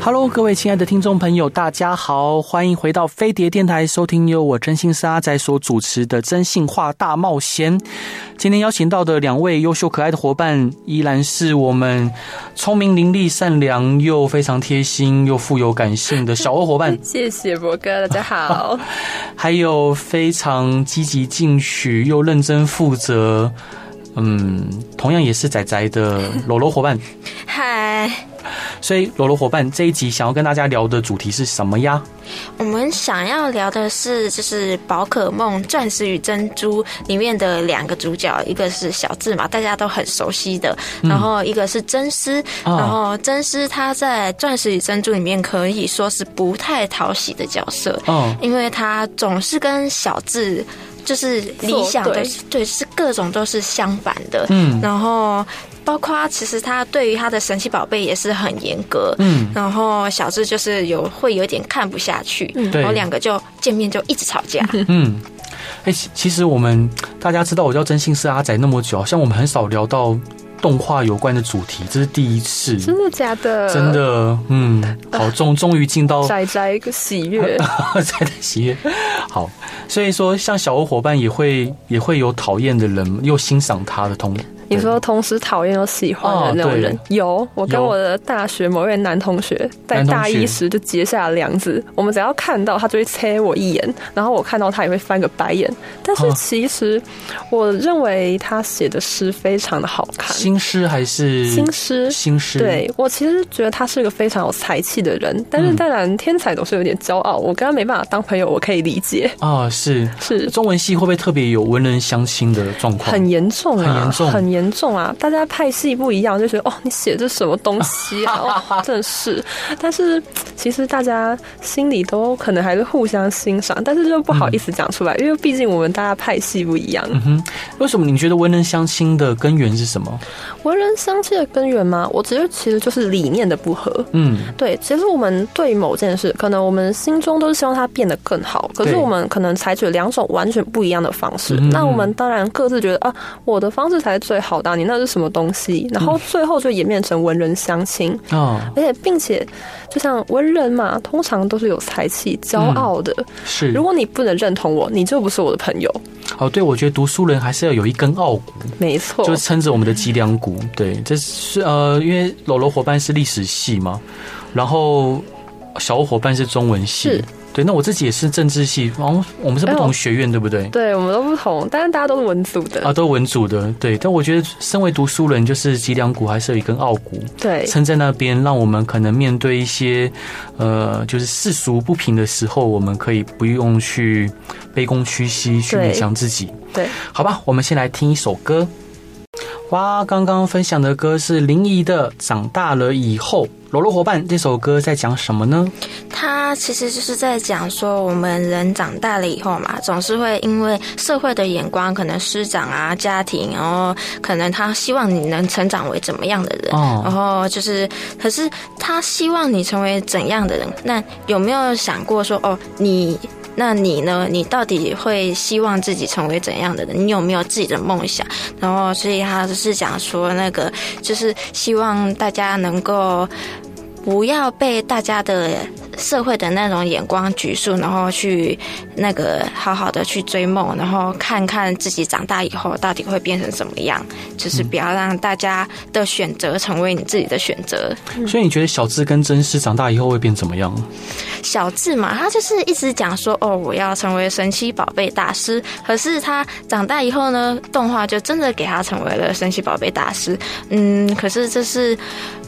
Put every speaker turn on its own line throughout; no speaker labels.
Hello，各位亲爱的听众朋友，大家好，欢迎回到飞碟电台，收听由我真心是阿仔所主持的《真性化大冒险》。今天邀请到的两位优秀可爱的伙伴，依然是我们聪明伶俐、善良又非常贴心又富有感性的小欧伙伴，
谢谢博哥，大 家好。
还有非常积极进取又认真负责，嗯，同样也是仔仔的柔柔伙伴。
嗨，
所以柔柔伙伴这一集想要跟大家聊的主题是什么呀？
我们想要聊的是，就是《宝可梦钻石与珍珠》里面的两个主角，一个是小智嘛，大家都很熟悉的，然后一个是真丝，
嗯啊
然后真丝她在《钻石与珍珠》里面可以说是不太讨喜的角色，
嗯，
因为她总是跟小智。就是理想
作
的
对，
对，是各种都是相反的。
嗯
然后包括其实他对于他的神奇宝贝也是很严格。
嗯
然后小智就是有会有点看不下去，
嗯对
然后两个就见面就一直吵架。
嗯，哎、其其实我们大家知道我叫真心是阿仔那么久，好像我们很少聊到动画有关的主题，这是第一次，
真的假的？
真。的， 嗯，好，终终于进到
宅宅喜悦，
在的喜悦，好，所以说像小欧伙伴也会也会有讨厌的人，又欣赏他的同，
你说同时讨厌又喜欢的那种人
哦，
有我跟
有
我的大学某位男同学在
男同学
大一时就结下了梁子。我们只要看到他就会切我一眼，然后我看到他也会翻个白眼。但是
哦
其实我认为他写的诗非常的好看，
新诗还是
新诗
新诗，
对我其实觉得他是个非常有才气的人，但是
嗯
当然天才总是有点骄傲，我跟他没办法当朋友，我可以理解，
啊，是
是
中文系会不会特别有文人相亲的状况？
很严重啊，
很严重
很严重啊！大家派系不一样，就觉得哦，你写这什么东西 啊？哦，真的是。但是其实大家心里都可能还是互相欣赏，但是就不好意思讲出来，
嗯
因为毕竟我们大家派系不一样。
为什么你觉得文人相亲的根源是什么？
文人相亲的根源嘛，我觉得其实就是理念的不合。
嗯，
对，其实我们对某件事，可能我们心中都是希望它变得更好，可是
对
我们可能采取了两种完全不一样的方式。
嗯
那我们当然各自觉得啊，我的方式才是最好的啊、你那是什么东西？然后最后就演变成文人相亲，
啊，
而且并且就像文人嘛，通常都是有才气、骄傲的。
嗯是
如。果你不能认同我，你就不是我的朋友。
哦，对，我觉得读书人还是要有一根傲骨，
没错，
就撑着我们的脊梁骨。对，这是呃，因为柔柔伙伴是历史系嘛，然后小欧伙伴是中文系
是。
对，那我自己也是政治系，然后我们是不
哎
同
呦
学院，对不对？
对我们都不同，但是大家都是文组的。
啊，都文组的，对。但我觉得，身为读书人，就是脊梁骨还是有一根傲骨，
对，
撑在那边，让我们可能面对一些，呃，就是世俗不平的时候，我们可以不用去卑躬屈膝去勉
对
强自己。
对，
好吧，我们先来听一首歌。哇，刚刚分享的歌是林怡的《长大了以后》。柔柔伙伴，这首歌在讲什么呢？
他其实就是在讲说，我们人长大了以后嘛，总是会因为社会的眼光，可能师长啊、家庭，然后可能他希望你能成长为怎么样的人，
哦
然后就是，可是他希望你成为怎样的人？那有没有想过说，哦，你？那你呢？你到底会希望自己成为怎样的人？你有没有自己的梦想？然后，所以他就是讲说，那个就是希望大家能够不要被大家的社会的那种眼光局束，然后去那个好好的去追梦，然后看看自己长大以后到底会变成什么样，就是不要让大家的选择成为你自己的选择。
嗯
所以你觉得小智跟真丝长大以后会变怎么样？
小智嘛，他就是一直讲说哦，我要成为神奇宝贝大师。可是他长大以后呢，动画就真的给他成为了神奇宝贝大师。嗯，可是这是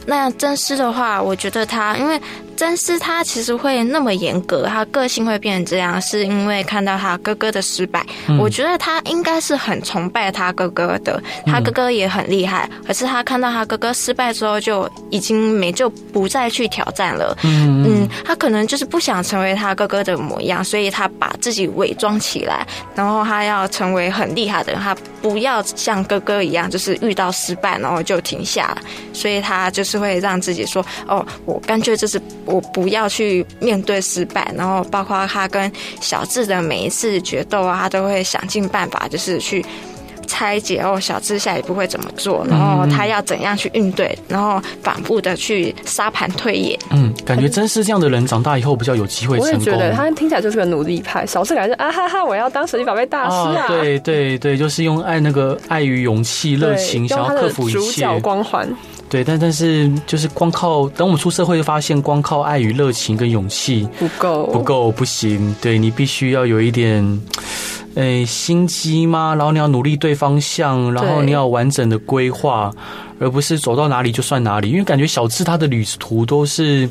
那真丝的话，我觉得他因为真丝他其实会那么严格，他个性会变成这样，是因为看到他哥哥的失败。我觉得他应该是很崇拜他哥哥的，他哥哥也很厉害。可是他看到他哥哥失败之后，就已经没就不再去挑战了。
嗯
嗯，他可能就是不想成为他哥哥的模样，所以他把自己伪装起来，然后他要成为很厉害的人，他不要像哥哥一样，就是遇到失败然后就停下了，所以他就是会让自己说，哦，我干脆就是我不要去面对失败，然后包括他跟小智的每一次决斗啊，他都会想尽办法，就是去。拆解哦，小智下一步会怎么做？然后他要怎样去应对？然后反复的去沙盘推演，
嗯，感觉真是这样的人长大以后比较有机会
我也
成
觉
功。
得他听起来就是个努力派，小智感觉啊哈哈，我要当神奇宝贝大师啊，
哦对对对，就是用爱那个爱与勇气、
对，
热情，想
用
要
他
克
的
服一
主
切。
角光环，
对，但但是就是光靠，等我们出社会就发现，光靠爱与热情跟勇气
不够，
不。够，不行。对你必须要有一点，诶、心机吗？然后你要努力对方向，然后
对
你要有完整的规划，而不是走到哪里就算哪里。因为感觉小智他的旅途都是。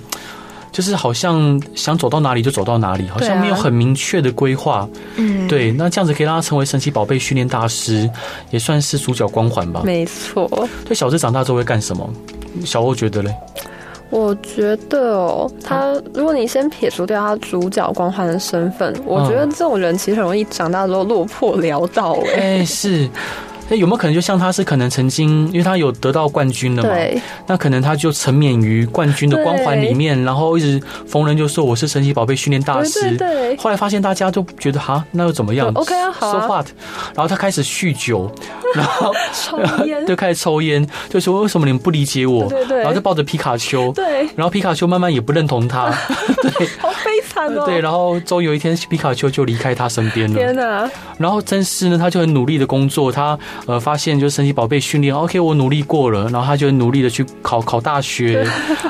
就是好像想走到哪里就走到哪里，好
对
像
啊
没有很明确的规划。
嗯，
对，那这样子可以让他成为神奇宝贝训练大师，也算是主角光环吧。
没错，
对，小智长大之后会干什么？小欧觉得 嘞？
我觉得哦，他
嗯
如果你先撇除掉他主角光环的身份，我觉得这种人其实很容易长大之后落魄潦倒哎、
哎、是。哎，有没有可能就像他是可能曾经，因为他有得到冠军了嘛，
对，
那可能他就沉湎于冠军的光环里面，然后一直逢人就说我是神奇宝贝训练大师。
对对对
后来发现大家都觉得哈，那又怎么样
对，OK 啊好啊
So what？然后他开始酗酒，然后，
抽烟
就开始抽烟，就说为什么你们不理解我？
对对对
然后就抱着皮卡丘，
对，
然后皮卡丘慢慢也不认同他，
好悲惨哦。
对，然后终于有一天皮卡丘就离开他身边了。
天哪，
然后真丝呢，他就很努力的工作，他呃发现就是神奇宝贝训练，OK，我努力过了，然后他就很努力的去考考大 学，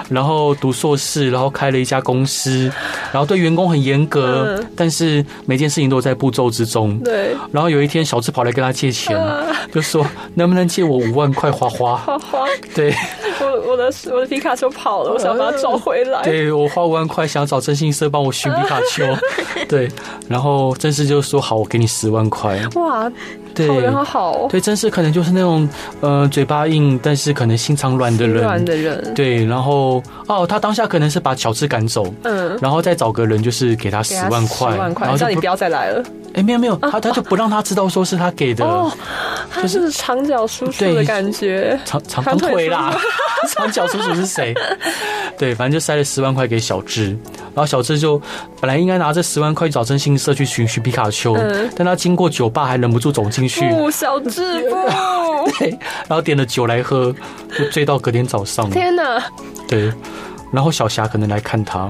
然后读硕士，然后开了一家公司，然后对员工很严格，
嗯
但是每件事情都在步骤之中。
对，
然后有一天，小智跑来跟他借钱，
嗯
就说能不能借我五万块花花？
花花，
对
哎我我的我的皮卡丘跑了，我想把它找回来。
对，我花五万块想找真心社帮我寻皮卡 丘，对，然后真丝就说好，我给你十万块。
哇，
对，
好人好好哦，
对，真是可能就是那种呃嘴巴硬，但是可能心肠软的
心软
人。
的人，
对，然后哦，他当下可能是把小智赶走，
嗯，
然后再找个人就是给他十
给他
万块，
十万
然
块，
后
叫你
就
不
不
要再来了。
哎没有没有，他他就不让他知道说是他给的
哦，他是长脚叔叔的
对
感觉，
长长
长
长
腿
腿啦， 长脚叔叔是谁？对，反正就塞了十万块给小智，然后小智就本来应该拿这十万块去找真心社去寻寻皮卡丘，
嗯哦
但他经过酒吧还忍不住走进去，
不，小智不，
对，然后点了酒来喝，就醉到隔天早上。
天哪，
对，然后小霞可能来看他，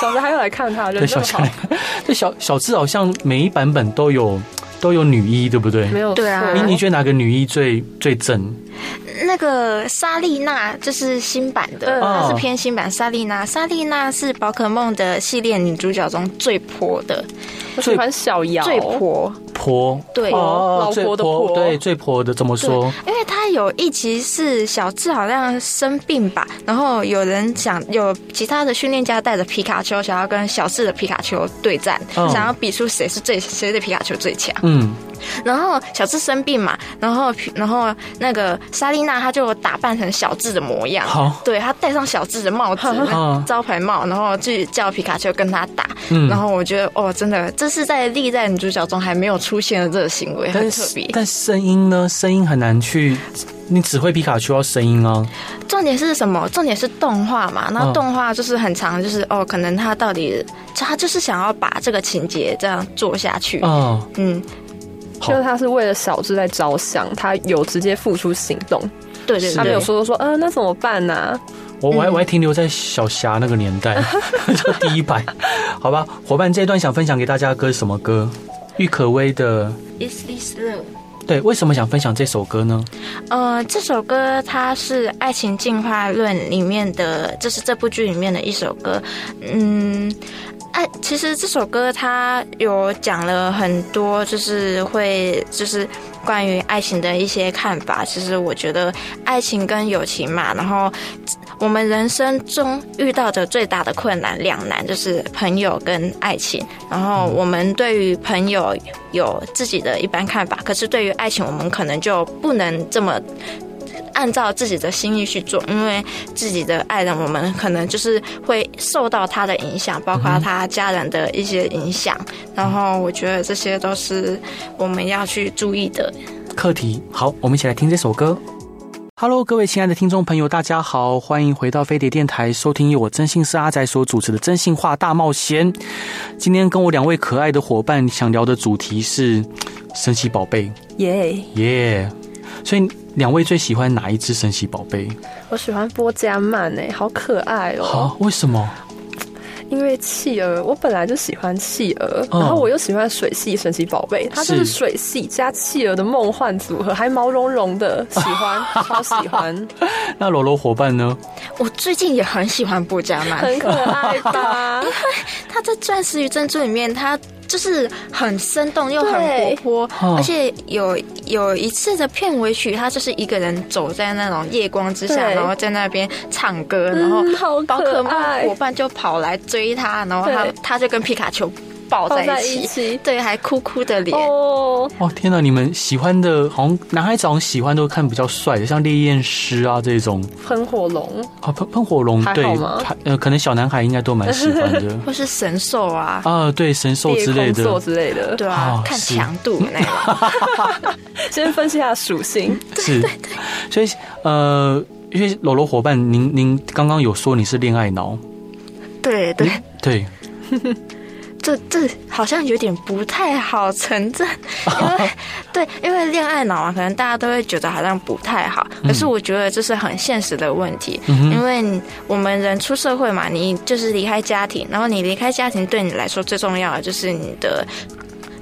小智还要来看他，人
对
这
小
么
霞
好
来，看， 对小小智好像每一版本都有都有女一，对不对？
没有
对啊
错
你你觉得哪个女一最最正？
那个莎莉娜就是新版
嗯
的，它是偏新版莎莉娜。莎莉娜是宝可梦的系列女主角中最婆的，
我喜欢小
哦
瑶，
最婆。
婆
对
老婆
最
的婆
对最婆的怎么哦说？
因为她有一集是小智好像生病吧，然后有人想有其他的训练家带着皮卡丘，想要跟小智的皮卡丘对战，
嗯
想要比出谁是最谁的皮卡丘最强。
嗯，
然后小智生病嘛，然后然后那个莎莉娜她就打扮成小智的模样，
好
对她戴上小智的 帽子，那
嗯
个招牌帽，然后去叫皮卡丘跟他打。
嗯
然后我觉得哦，真的这是在历代女主角中还没有出现的这个行为，很
但
特别
是。但声音呢？声音很难去，你只会皮卡丘要声音 啊。
重点是什么？重点是动画嘛，然后动画就是很长，就是哦，可能他到底他就是想要把这个情节这样做下去，
啊，
嗯，
好
就是他是为了小智在着想，他有直接付出行动，
对对
是
他
对
没有说说说，呃，那怎么办呢、
我我还我还停留在小霞那个年代， 就第一版， 好吧。伙伴这一段想分享给大家的歌是什么歌？郁可唯的
Is this love？
对，为什么想分享这首歌呢？
呃，这首歌它是《爱情进化论》里面的，就是这部剧里面的一首歌。嗯，爱其实这首歌它有讲了很多，就是会就是关于爱情的一些看法。其实我觉得爱情跟友情嘛，然后我们人生中遇到的最大的困难两难就是朋友跟爱情。然后我们对于朋友有自己的一般看法，可是对于爱情，我们可能就不能这么。按照自己的心意去做，因为自己的爱人，我们可能就是会受到他的影响，包括他家人的一些影响。然后我觉得这些都是我们要去注意的。
课题。好，我们一起来听这首歌。Hello，各位亲爱的听众朋友，大家好，欢迎回到飞碟电台，收听由我真心是阿仔所主持的《真心话大冒险》。今天跟我两位可爱的伙伴想聊的主题是神奇宝贝，
耶、
耶、所以两位最喜欢哪一只神奇宝贝？
我喜欢波加曼诶、好可爱哦、
好，为什 么？
因为企鹅，我本来就喜欢企鹅，
嗯
然后我又喜欢水系神奇宝贝，它就
是
是水系加企鹅的梦幻组合，还毛茸茸的，喜欢，超喜欢，
那柔柔伙伴呢？
我最近也很喜欢布加曼，
很可爱 吧？
他在《钻石与珍珠》里面，他就是很生动又很活泼，
哦
而且有有一次的片尾曲，他就是一个人走在那种夜光之下，
对
然后在那边唱歌，然后
嗯好可爱
宝可梦伙伴就跑来追他，然后他
对
他就跟皮卡丘抱
抱
在
在
一
一
起，
起，
对，还哭哭的脸。
哦，
哦，天哪！你们喜欢的，好像男孩子好像喜欢都看比较帅的，像烈焰师啊这种
喷火龙，
啊，喷喷火龙
还好
对
吗，
他呃，可能小男孩应该都蛮喜欢 的
或是神兽啊，
啊，对，神兽
夜
之类
空座
的。
之类的。
对啊，
哦
看
是
强度那 种。
先分析它的属性，
是，所以呃，因为柔柔伙伴，您您刚刚有说你是恋爱脑，
对对，
对，
这这好像有点不太好承 认，因为对，因为恋爱脑啊，可能大家都会觉得好像不太好，
嗯
可是我觉得这是很现实的问题，因为你我们人出社会嘛，你就是离开家庭，然后你离开家庭对你来说最重要的就是你的。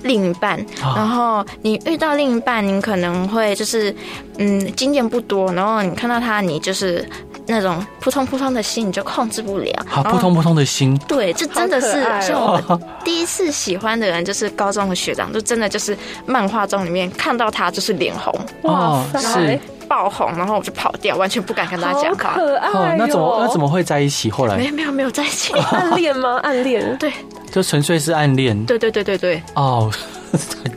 另一半，
啊
然后你遇到另一半，你可能会就是，嗯，经验不多，然后你看到他，你就是那种扑通扑通的心，你就控制不了，
好
然后
扑通扑通的心，
对，这真的是
好可爱哦
像我第一次喜欢的人，就是高中的学长，就真的就是漫画中里面看到他就是脸红
哇
哦
塞
是，
爆红，然后我就跑掉，完全不敢跟他
好
讲话。
可爱
哦
哟，
那怎么那怎么会在一起？后
没
来
有没有没有在一起，
暗恋吗？暗恋，
对
就纯粹是暗恋
对对对对对
哦，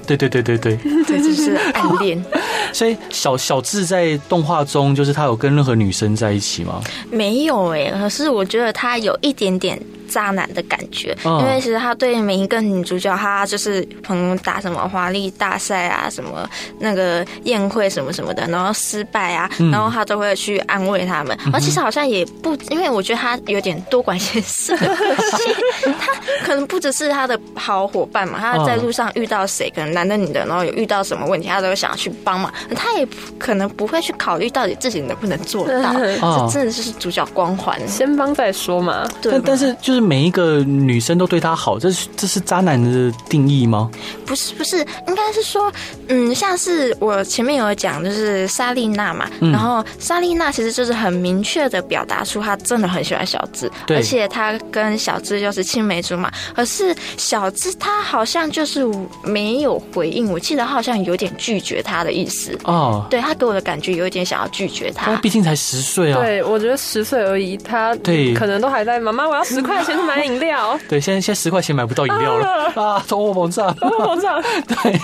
对对对对对，
对，就是暗恋。
所以小小智在动画中就是他有跟任何女生在一起吗？
没有哎、可是我觉得他有一点点渣男的感觉，
嗯
因为其实他对每一个女主角，他就是朋友打什么华丽大赛啊，什么那个宴会什么什么的，然后失败啊，然后他都会去安慰他们。而其实好像也不，因为我觉得他有点多管闲事的个性，他可能不只是他的好伙伴嘛，他在
嗯
路上遇到谁，可能男的女的，然后有遇到什么问题，他都会想要去帮忙，他也可能不会去考虑到底自己能不能做 到。
啊
这真的就是主角光环，
先帮再说嘛。
对
但
吗
但是就是每一个女生都对他好，这是这是渣男的定义吗？
不是不是，应该是说，嗯，像是我前面有讲，就是莎莉娜嘛，
嗯
然后莎莉娜其实就是很明确的表达出她真的很喜欢小智，
对
而且她跟小智又是青梅竹马，可是小智他好像就是没有回应，我记得他好像有点拒绝他的意思，
哦，
对他给我的感觉有一点想要拒绝
他
他，
哦毕竟才十岁啊。
对，我觉得十岁而已，他
对
可能都还在妈妈，我要十块钱去买 饮料。
对，现在现在十块钱买不到饮料了啊！通货膨 胀，
我这样
对，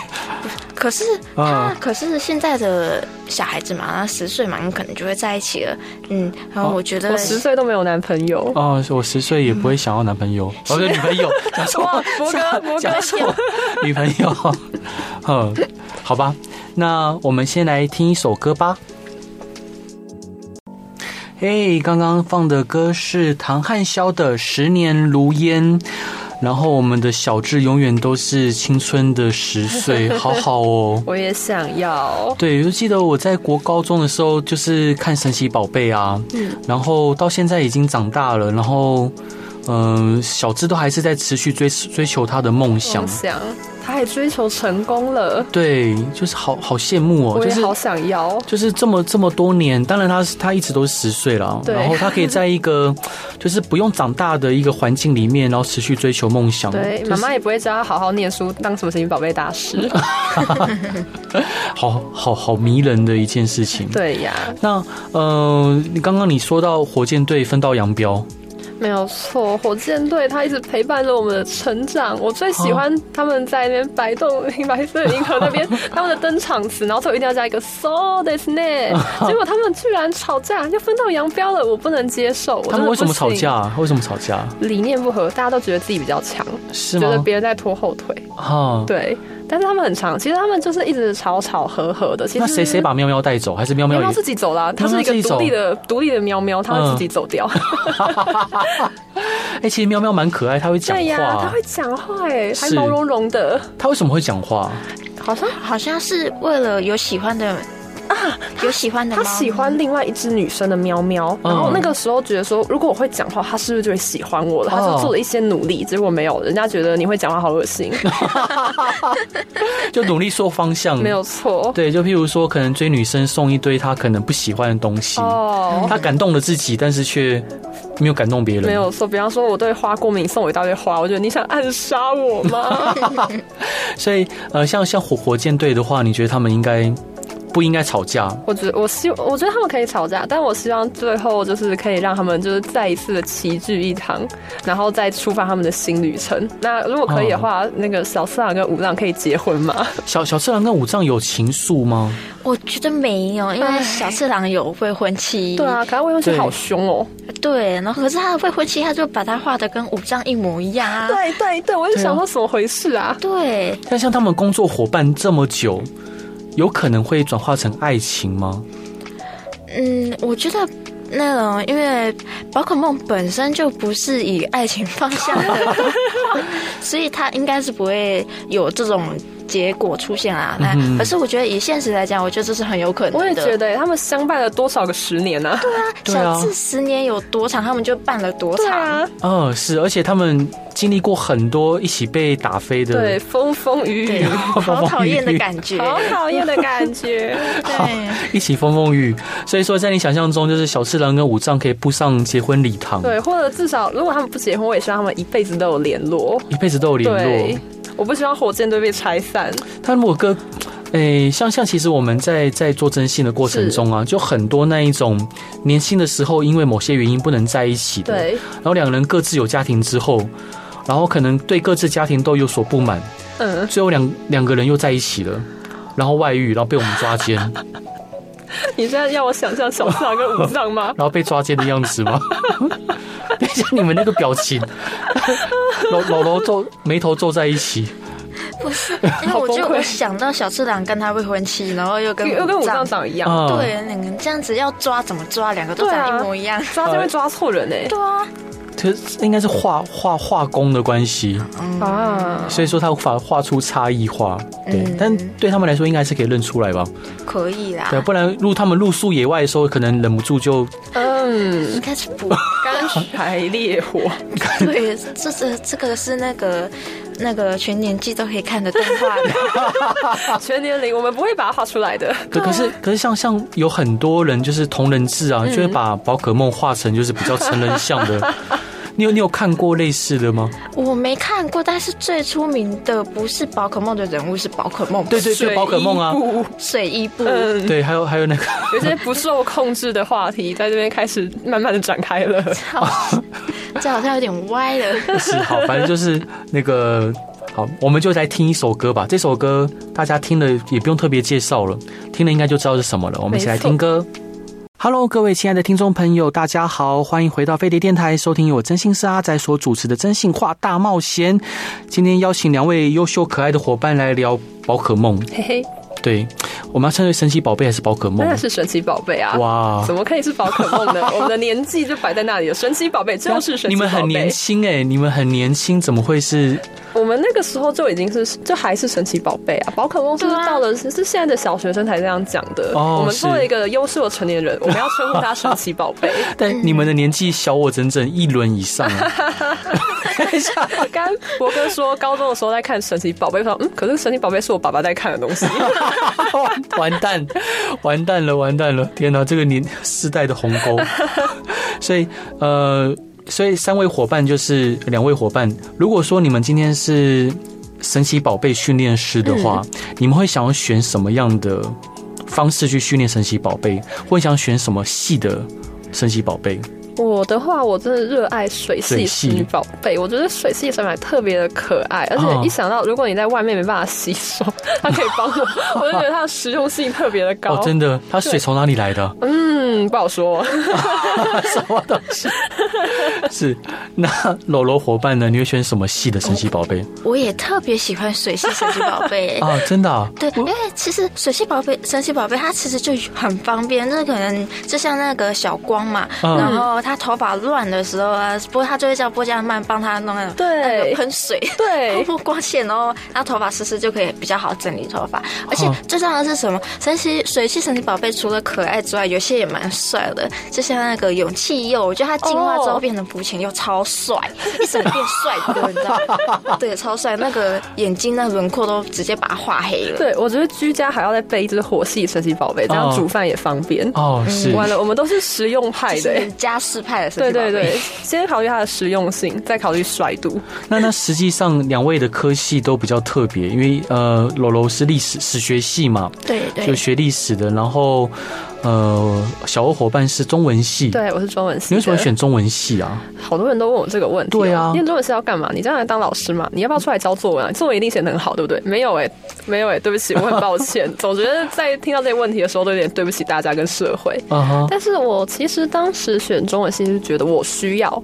可是
啊
他可是现在的小孩子嘛，他十岁嘛，你可能就会在一起了，嗯，然后我觉得
我哦十岁都没有男朋友。
哦，我十岁也不会想要男朋友，我的女朋 友，讲
哇
错，
博哥博哥
讲错，女朋友，嗯，好吧，那我们先来听一首歌吧。嘿，刚刚放的歌是唐汉霄的《十年如烟》，然后我们的小智永远都是青春的十岁，好好哦。
我也想要，
对，就记得我在国高中的时候，
嗯
就是看神奇宝贝啊，然后到现在已经长大了，然后。嗯、小智都还是在持续追追求他的梦想
梦。想，他还追求成功了，
对，就是好好羡慕哦，
我
就
也
是
好想要。
就是这么这么多年，当然他是他一直都是十岁了，
对
然后他可以在一个就是不用长大的一个环境里面，然后持续追求梦想。
对，
就是
妈妈也不会教他好好念书，当什么神奇宝贝大 师。
好好好迷人的一件事情。，
对呀，
那呃，你刚刚你说到火箭队分道扬镳，
没有错，火箭队他一直陪伴着我们的成长。我最喜欢他们在那边摆动银白色银河那边他们的登场词，然后最后一定要加一个 so this ne。结果他们居然吵架，就分道扬镳了，我不能接受。我真的
他们为什么吵
不行？
架？为什么吵架？
理念不合，大家都觉得自己比较强，
是
觉得
吗？
别人在拖后腿。
哈，
对，但是他们很长，其实他们就是一直吵吵和和的。其实
那谁谁把喵喵带走？还是喵
喵
喵
喵
也
自己走了，它
喵喵
是一
自己
个
走嗯
独立的独立的喵喵，它会自己走掉。
哎、其实喵喵蛮可爱，它会讲
对呀，它
话啊
会。讲话哎，还
是
毛茸茸的，
它为什么会讲 话？
好像
好像是为了有喜欢的啊，有喜欢的
它
猫，
喜欢另外一只女生的喵喵。
嗯
然后那个时候觉得说，如果我会讲话，它是不是就会喜欢我了？它就做了一些努力，结果没有，人家觉得你会讲话好恶心，
就努力说方向。
没有错。
对，就譬如说，可能追女生送一堆她可能不喜欢的东西，
哦。
她感动了自己，但是却没有感动别人。
没有错，比方说我对花过敏，送我一大堆花，我觉得你想暗杀我吗？
所以呃，像像火火箭队的话，你觉得他们应该不应该吵架？
我觉得我希我觉得他们可以吵架，但我希望最后就是可以让他们就是再一次的齐聚一堂，然后再出发他们的新旅程。那如果可以的话，那个小四郎跟五郎可以结婚吗？
小小次郎跟武藏有情愫吗？
我觉得没有，因为小次郎有未婚妻，
对啊，可他未婚妻好凶哦。
对，然后可是他的未婚妻，他就把他画的跟武藏一模一样 啊，
对对对，我就想说怎么回事啊？
对，
但像他们工作伙伴这么久，有可能会转化成爱情吗？
嗯，我觉得那种，因为宝可梦本身就不是以爱情方向的， 所以它应该是不会有这种结果出现啊。那、
嗯哼
可是我觉得以现实来讲，我觉得这是很有可能的。
我也觉得、他们相伴了多少个十年呢、啊？
对啊
小智十年有多长，他们就办了多
对
长。
啊，
嗯，是，而且他们经历过很多一起被打飞的，
对，风风雨
对，
雨，
好讨厌的感觉。
好讨厌的感觉。
对，
一起风风雨雨。所以说，在你想象中，就是小次郎跟武藏可以步上结婚礼堂，
对，或者至少如果他们不结婚，我也希望他们一辈子都有联络。
一辈子都有联
对
络。，
我不希望火箭队被拆散。
但如果跟，诶、像像其实我们在在做征信的过程中啊，就很多那一种年轻的时候因为某些原因不能在一起的，
对，
然后两人各自有家庭之后，然后可能对各自家庭都有所不满，
嗯，
最后两两个人又在一起了，然后外遇，然后被我们抓奸，然？
你现在要我想象小次郎跟武藏吗
后被抓奸的样子吗？ 等一下，你们那个表情， 老老罗皱眉头皱在一起，
不是，因为
好
我就
崩溃
我想到小次郎跟他未婚妻，然后又跟
又跟武
武
藏
藏，
长一样，
啊，
对，两个这样子要抓怎么抓，两个都
对啊
长一模一样。
抓就会抓错人哎、
对啊，
这应该是画画画工的关系，
啊，
所以说他无法画出差异化，对，
嗯
但对他们来说应该是可以认出来吧，
可以啦。
对，不啊然入他们露宿野外的时候，可能忍不住就
嗯，
应该是不
干柴烈火，
对，这这这个是那个那个全年纪都可以看的动 画吧？
全年龄我们不会把它画出来的。
对，可是可是像像有很多人就是同人志啊，就会把宝可梦画成就是比较成人像的。你有你有看过类似的吗？
我没看过，但是最出名的不是宝可梦的人物，是宝可梦
对呃对对，宝可梦啊
水，一步
水伊布。
嗯，
对，还有还有那个，
有些不受控制的话题在这边开始慢慢的展开了。
好这好像有点歪了。
是好，反正就是那个好，我们就来听一首歌吧。这首歌大家听了也不用特别介绍了，听了应该就知道是什么了。我们一起来
没错
听歌。Hello，各位亲爱的听众朋友，大家好，欢迎回到飞碟电台，收听由我真心是阿仔所主持的《真心话大冒险》。今天邀请两位优秀可爱的伙伴来聊宝可梦。
嘿嘿，
对，我们要相对神奇宝贝还是宝可梦
那？是神奇宝贝啊！
哇
怎么可以是宝可梦 呢？我们的年纪就摆在那里了，神奇宝贝就是神
你
奇
们
宝
很年
贝。
轻哎、你们很年轻，怎么会是？
我们那个时候就已经是，就还是神奇宝贝啊！宝可梦是不是
对啊
到了是是现在的小学生才这样讲的。
哦
我们
是
作为一个优秀的成年人，我们要称呼他神奇宝 贝。
但你们的年纪小我整整一轮以上、啊，
刚刚博哥说高中的时候在看神奇宝贝，我说嗯，可是神奇宝贝是我爸爸在看的东西。
完蛋，完蛋了，完蛋了！天哪，这个年世代的鸿沟。所以呃，所以三位伙伴就是两位伙伴。如果说你们今天是神奇宝贝训练师的话，你们会想要选什么样的方式去训练神奇宝贝？会想选什么系的神奇宝贝？
我的话，我真的热爱水系
水系
神奇宝贝，我觉得水系神奇宝贝特别的可爱，而
啊
且一想到如果你在外面没办法洗手，它可以帮我，我就觉得它的实用性特别的高。
哦，真的，它水从哪里来的？
嗯，不好说。
什么东西？是，那柔柔伙伴呢？你会选什么系的神奇宝 贝
我也特别喜欢水系神奇宝贝、
啊？真的、啊？
对，因为其实水系宝贝、神奇宝贝，它其实就很方便。那可能就像那个小光嘛，
嗯
然后他头发乱的时候啊，拨他就会叫波加曼帮他弄那个
对
那个喷水，
对
透过哦光线，然后他头发湿湿就可以比较好整理头发。而且
哦
最重要的是什么？神奇水系神奇宝贝除了可爱之外，有些也蛮帅的，就像那个勇气鼬，我觉得他进化之后
哦
变成补前鼬超帅，一整变帅哥，你知道吗？ 对，超帅，那个眼睛那轮廓都直接把它画黑了。
对，我觉得居家还要再备一只火系神奇宝贝，这样
哦
煮饭也方便。
哦，是。
嗯完了，我们都是实用派的、
是家世派的神
对
奇宝
对
贝。
对，先考虑它的实用性，再考虑帅度。
那那实际上两位的科系都比较特别，因为呃，柔柔是历史史学系嘛，
对对
就学历史的，然后呃，小欧伙伴是中文系。
对，我是中文系。
你为什么选中文系啊？
好多人都问我这个问题、哦。
对啊
念中文是要干嘛？你将来当老师嘛？你要不要出来教作文啊？作文一定写得很好，对不对？没有哎、 没有哎、对不起，我很抱歉。总觉得在听到这些问题的时候，都有点对不起大家跟社会。
啊哈，
但是我其实当时选中文系是觉得我需要，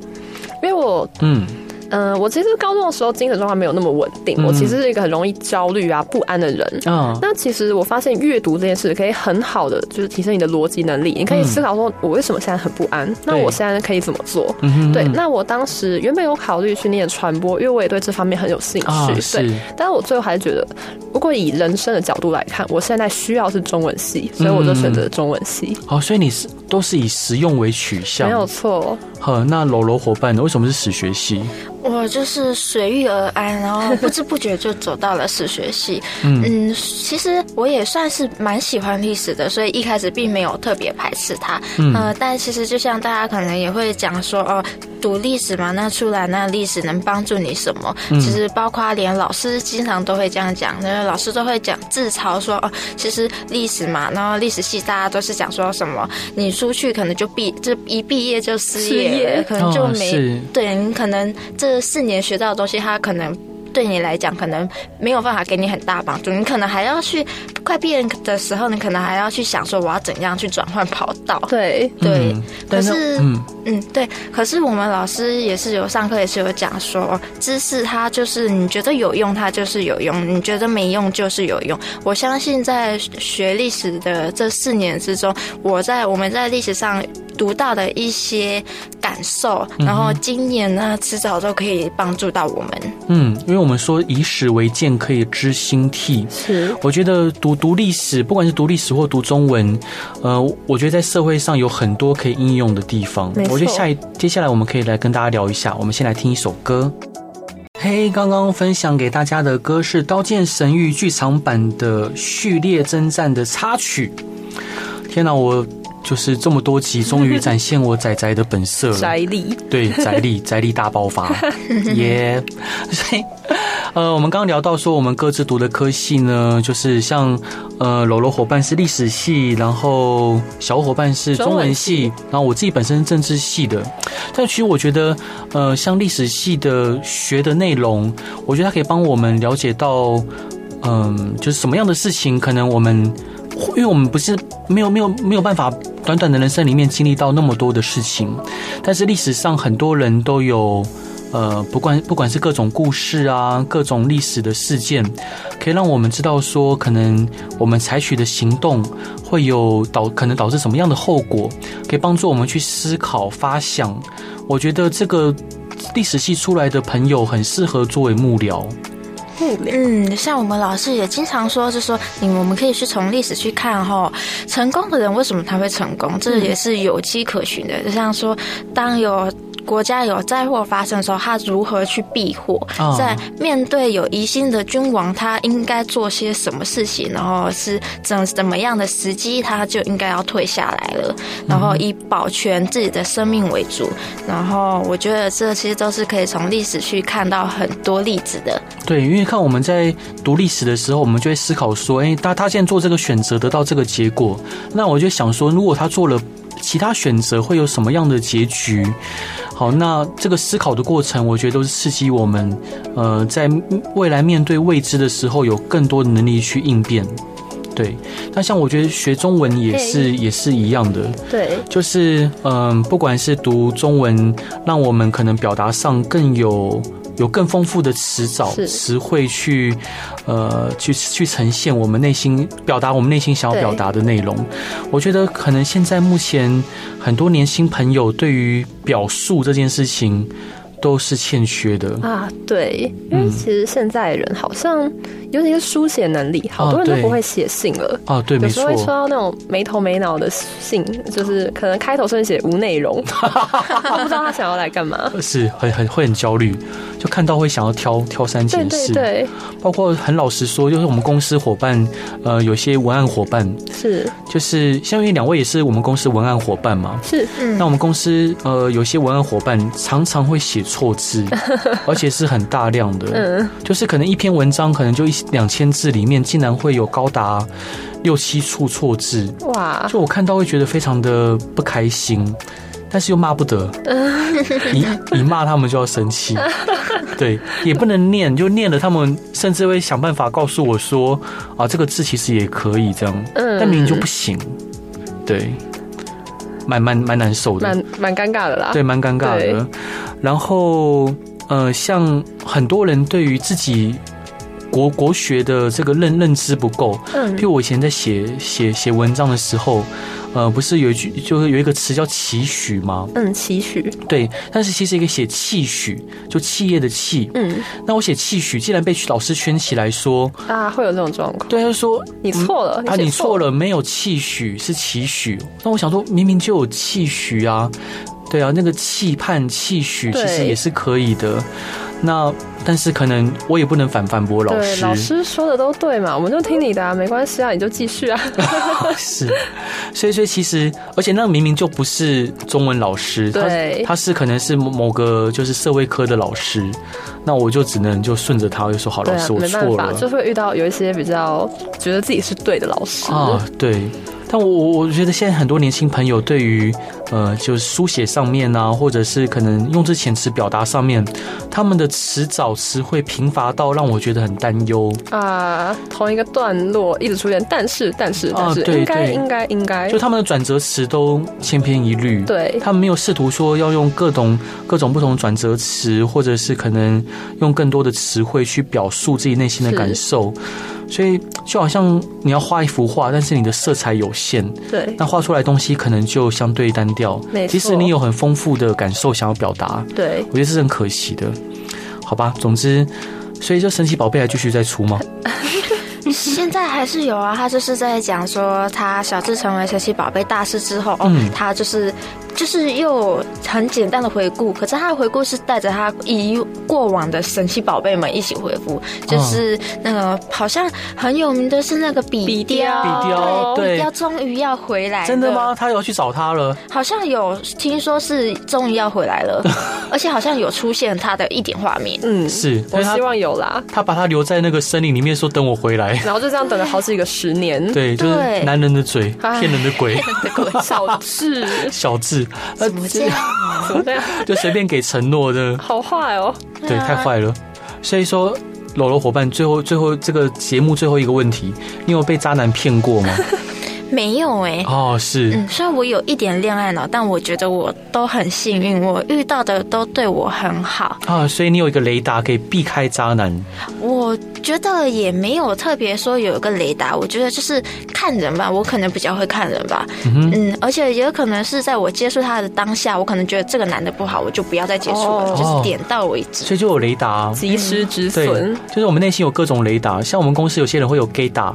因为我
嗯，
嗯、呃我其实高中的时候精神状态没有那么稳定，
嗯
我其实是一个很容易焦虑啊、不安的人。
啊，
那其实我发现阅读这件事可以很好的就是提升你的逻辑能力，你可以
嗯
思考说我为什么现在很不安，那
对
我现在可以怎么做？
嗯哼
对，那我当时原本有考虑去念传播，因为我也对这方面很有兴趣。
啊
对，
是
但是我最后还是觉得，如果以人生的角度来看，我现在需要是中文系，所以
嗯
我就选择中文系，
哦，所以你是都是以实用为取向
没。有错。
好，那柔柔伙伴呢？为什么是史学系？
我就是随遇而安，然后不知不觉就走到了史学系。嗯，其实我也算是蛮喜欢历史的，所以一开始并没有特别排斥它。嗯、呃，但其实就像大家可能也会讲说，哦，读历史嘛，那出来那历史能帮助你什么？其实包括连老师经常都会这样讲，那老师都会讲自嘲说，哦，其实历史嘛，然后历史系大家都是讲说什么，你出去可能就毕，就一毕业就失业了，
失业
可能就
哦
没、
是
对你可能这四年学到的东西，它可能对你来讲可能没有办法给你很大帮助，你可能还要去快毕业的时候，你可能还要去想说我要怎样去转换跑道。
对，
对，
嗯
可
但是
是
嗯
嗯，对，可是我们老师也是有上课也是有讲说，哦知识它就是你觉得有用，它就是有用；你觉得没用就是有用。我相信在学历史的这四年之中，我在我们在历史上读到的一些感受，然后经验呢，迟早都可以帮助到我们。
嗯，因为我们说以史为鉴，可以知兴替。
是
我觉得读读历史，不管是读历史或读中文，呃，我觉得在社会上有很多可以应用的地方
没。错
我觉得下一接下来我们可以来跟大家聊一下。我们先来听一首歌。嘿刚刚分享给大家的歌是《刀剑神域》剧场版的序列征战的插曲。天哪，我就是这么多集，终于展现我仔仔的本色了。
宅力。
对，宅力宅力大爆 发，耶、所以，呃，我们刚刚聊到说，我们各自读的科系呢，就是像呃，柔柔伙伴是历史系，然后小伙伴是中文系，然后我自己本身是政治系的。但其实我觉得，呃，像历史系的学的内容，我觉得它可以帮我们了解到，嗯、就是什么样的事情，可能我们。因为我们不是没有没有没有办法短短的人生里面经历到那么多的事情，但是历史上很多人都有，呃，不管不管是各种故事啊，各种历史的事件，可以让我们知道说，可能我们采取的行动会有导可能导致什么样的后果，可以帮助我们去思考发想。我觉得这个历史系出来的朋友很适合作为幕僚。
幕僚
嗯，像我们老师也经常说，就说你我们可以去从历史去看哈，成功的人为什么他会成功，这也是有迹可循的。就像说，当有国家有灾祸发生的时候，他如何去避祸？
啊
在面对有疑心的君王，他应该做些什么事情？然后是怎怎么样的时机，他就应该要退下来了，然后以保全自己的生命为主。然后我觉得这其实都是可以从历史去看到很多例子的。
对，因为看我们在读历史的时候，我们就会思考说，诶，他他现在做这个选择得到这个结果，那我就想说，如果他做了其他选择，会有什么样的结局？好，那这个思考的过程，我觉得都是刺激我们，呃，在未来面对未知的时候，有更多的能力去应变。对，那像我觉得学中文也是也是一样的，
对，
就是嗯，不管是读中文，让我们可能表达上更有有更丰富的词藻、
是
词汇去呃去去呈现我们内心表达我们内心想要
对
表达的内容。我觉得可能现在目前很多年轻朋友对于表述这件事情都是欠缺的。
啊，对，因为其实现在人好像，尤其是书写能力，好多人
啊对
都不会写信了。
哦，对，
啊有
没
时候会收
错，
到那种没头没脑的信，就是可能开头甚至写无 内容， 不知道他想要来干嘛。
是很很会很焦虑，就看到会想要挑挑三
对
拣
对
四。
对，
包括很老实说，就是我们公司伙伴，呃，有些文案伙伴，
是
就是相当于两位也是我们公司文案伙伴嘛。
是，
嗯
那我们公司呃，有些文案伙伴常常会写错字，而且是很大量的，
嗯，
就是可能一篇文章可能就一两千字里面，竟然会有高达六七处错字，
哇，
就我看到会觉得非常的不开心，但是又骂不得，你你骂他们就要生气，对，也不能念，就念了他们甚至会想办法告诉我说啊，这个字其实也可以这样，
嗯
但明明就不行，对，蛮蛮蛮难受的，
蛮蛮尴尬的啦。
对，蛮尴尬的
对。
然后呃，像很多人对于自己国国学的这个认认知不够，
嗯
譬，如我以前在写写写文章的时候，呃，不是有一句就是有一个词叫期许吗？
嗯，期许，
对，但是其实一个写气许，就企业的气。
嗯
那我写气许，竟然被老师圈起来说，
啊，会有这种状况。
对，他就说
你错了，
啊，
写
你错
了，
了，没有气许是期许。哦那我想说，明明就有气许啊，对啊，那个期盼、气许其实
对
也是可以的。那但是可能我也不能反反驳老
对，
师，
老师说的都对嘛，我们就听你的、啊，没关系啊，你就 继续啊。
是，所以所以其实，而且那明明就不是中文老师，他
对
他是可能是某某个就是社会科的老师，那我就只能就顺着他，我就说好，
对
老
啊
师，我
没办
错
法，
了
就会遇到有一些比较觉得自己是对的老师。
啊，对。但我我我觉得现在很多年轻朋友对于呃，就是书写上面啊，或者是可能用字遣词表达上面，他们的词藻词汇贫乏到让我觉得很担忧。
啊，同一个段落一直出现，但是但是
啊
但是，
对
应该
对
应该应该
就，他们的转折词都千篇一律，
对
他们没有试图说要用各种各种不同的转折词，或者是可能用更多的词汇去表述自己内心的感受，所以就好像你要画一幅画，但是你的色彩有限，
对
那画出来的东西可能就相对单调
没。错
即使你有很丰富的感受想要表达，
对
我觉得是很可惜的，好吧？总之，所以就神奇宝贝还继续再出吗？
现在还是有啊，他就是在讲说，他小智成为神奇宝贝大师之后，哦
嗯，
他就是就是又很简单的回顾，可是他的回顾是带着他以过往的神奇宝贝们一起回顾，
嗯
就是那个呃好像很有名的是那个
笔
笔
雕
雕，
笔雕
笔
对
雕终于要回来，
真的？吗？他要去找他了。
好像有听说是终于要回 来了，而且好像有出现他的一点画面。
嗯，
是
我
但是他
希望有啦。
他把他留在那个森林里面，说等我回来。
然后就这样等了好几个十年，
对，就是
对
男人的嘴，
唉
骗人的鬼，
小智
小智，呃
怎么这样？
怎么这样？
就随便给承诺的，
好坏哦，
啊
对，太坏了。所以说，柔柔伙伴，最后最后这个节目最后一个问题，你有被渣男骗过吗？
没有哎、
哦，是，
嗯，虽然我有一点恋爱脑，但我觉得我都很幸运，我遇到的都对我很好。
啊，所以你有一个雷达可以避开渣男，
我觉得也没有特别说有一个雷达，我觉得就是看人吧，我可能比较会看人吧，嗯而且也有可能是在我接触他的当下，我可能觉得这个男的不好，我就不要再接触了，
哦
就是点到为止。
所以就有雷达。
及时止
对
损，，
就是我们内心有各种雷达，像我们公司有些人会有 gay 打，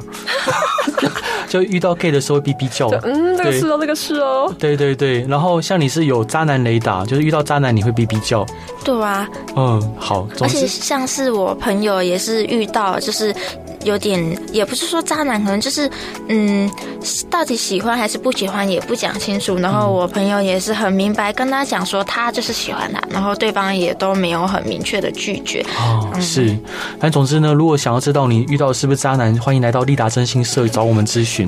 就遇到 gay 的时候会哔哔叫。
就嗯，这个
对
是哦，这个是哦，
对对对，然后像你是有渣男雷达，就是遇到渣男你会哔哔叫。
对啊，
嗯，好，总
而且
之
像是我朋友也是遇到，就是有点也不是说渣男，可能就是嗯，到底喜欢还是不喜欢也不讲清楚。然后我朋友也是很明白跟他讲说他就是喜欢他，然后对方也都没有很明确的拒绝。
哦，是，反正总之呢，如果想要知道你遇到的是不是渣男，欢迎来到利达真心社找我们咨询。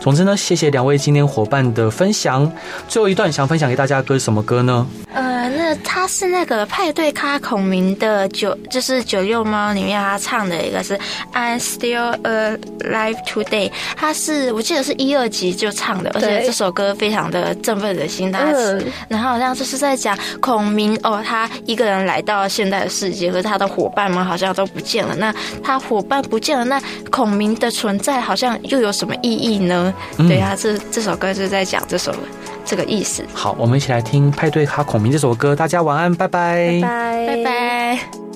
总之呢，谢谢两位今天伙伴的分享。最后一段想分享给大家的歌是什么歌呢？
呃，那他是那个派对咖孔明的九，就是九六猫里面他唱的一个是 I'm still alive today，他是我记得是一二集就唱的，而且
对
这首歌非常的振奋人心，大家
嗯
然后好像就是在讲孔明哦，他一个人来到现代的世界，可是他的伙伴们好像都不见了。那他伙伴不见了，那孔明的存在好像又有什么意义呢？对啊，这这首歌就是在讲这首这个意思。
好，我们一起来听《派对哈孔明》这首歌。大家晚安，拜拜
拜
拜拜。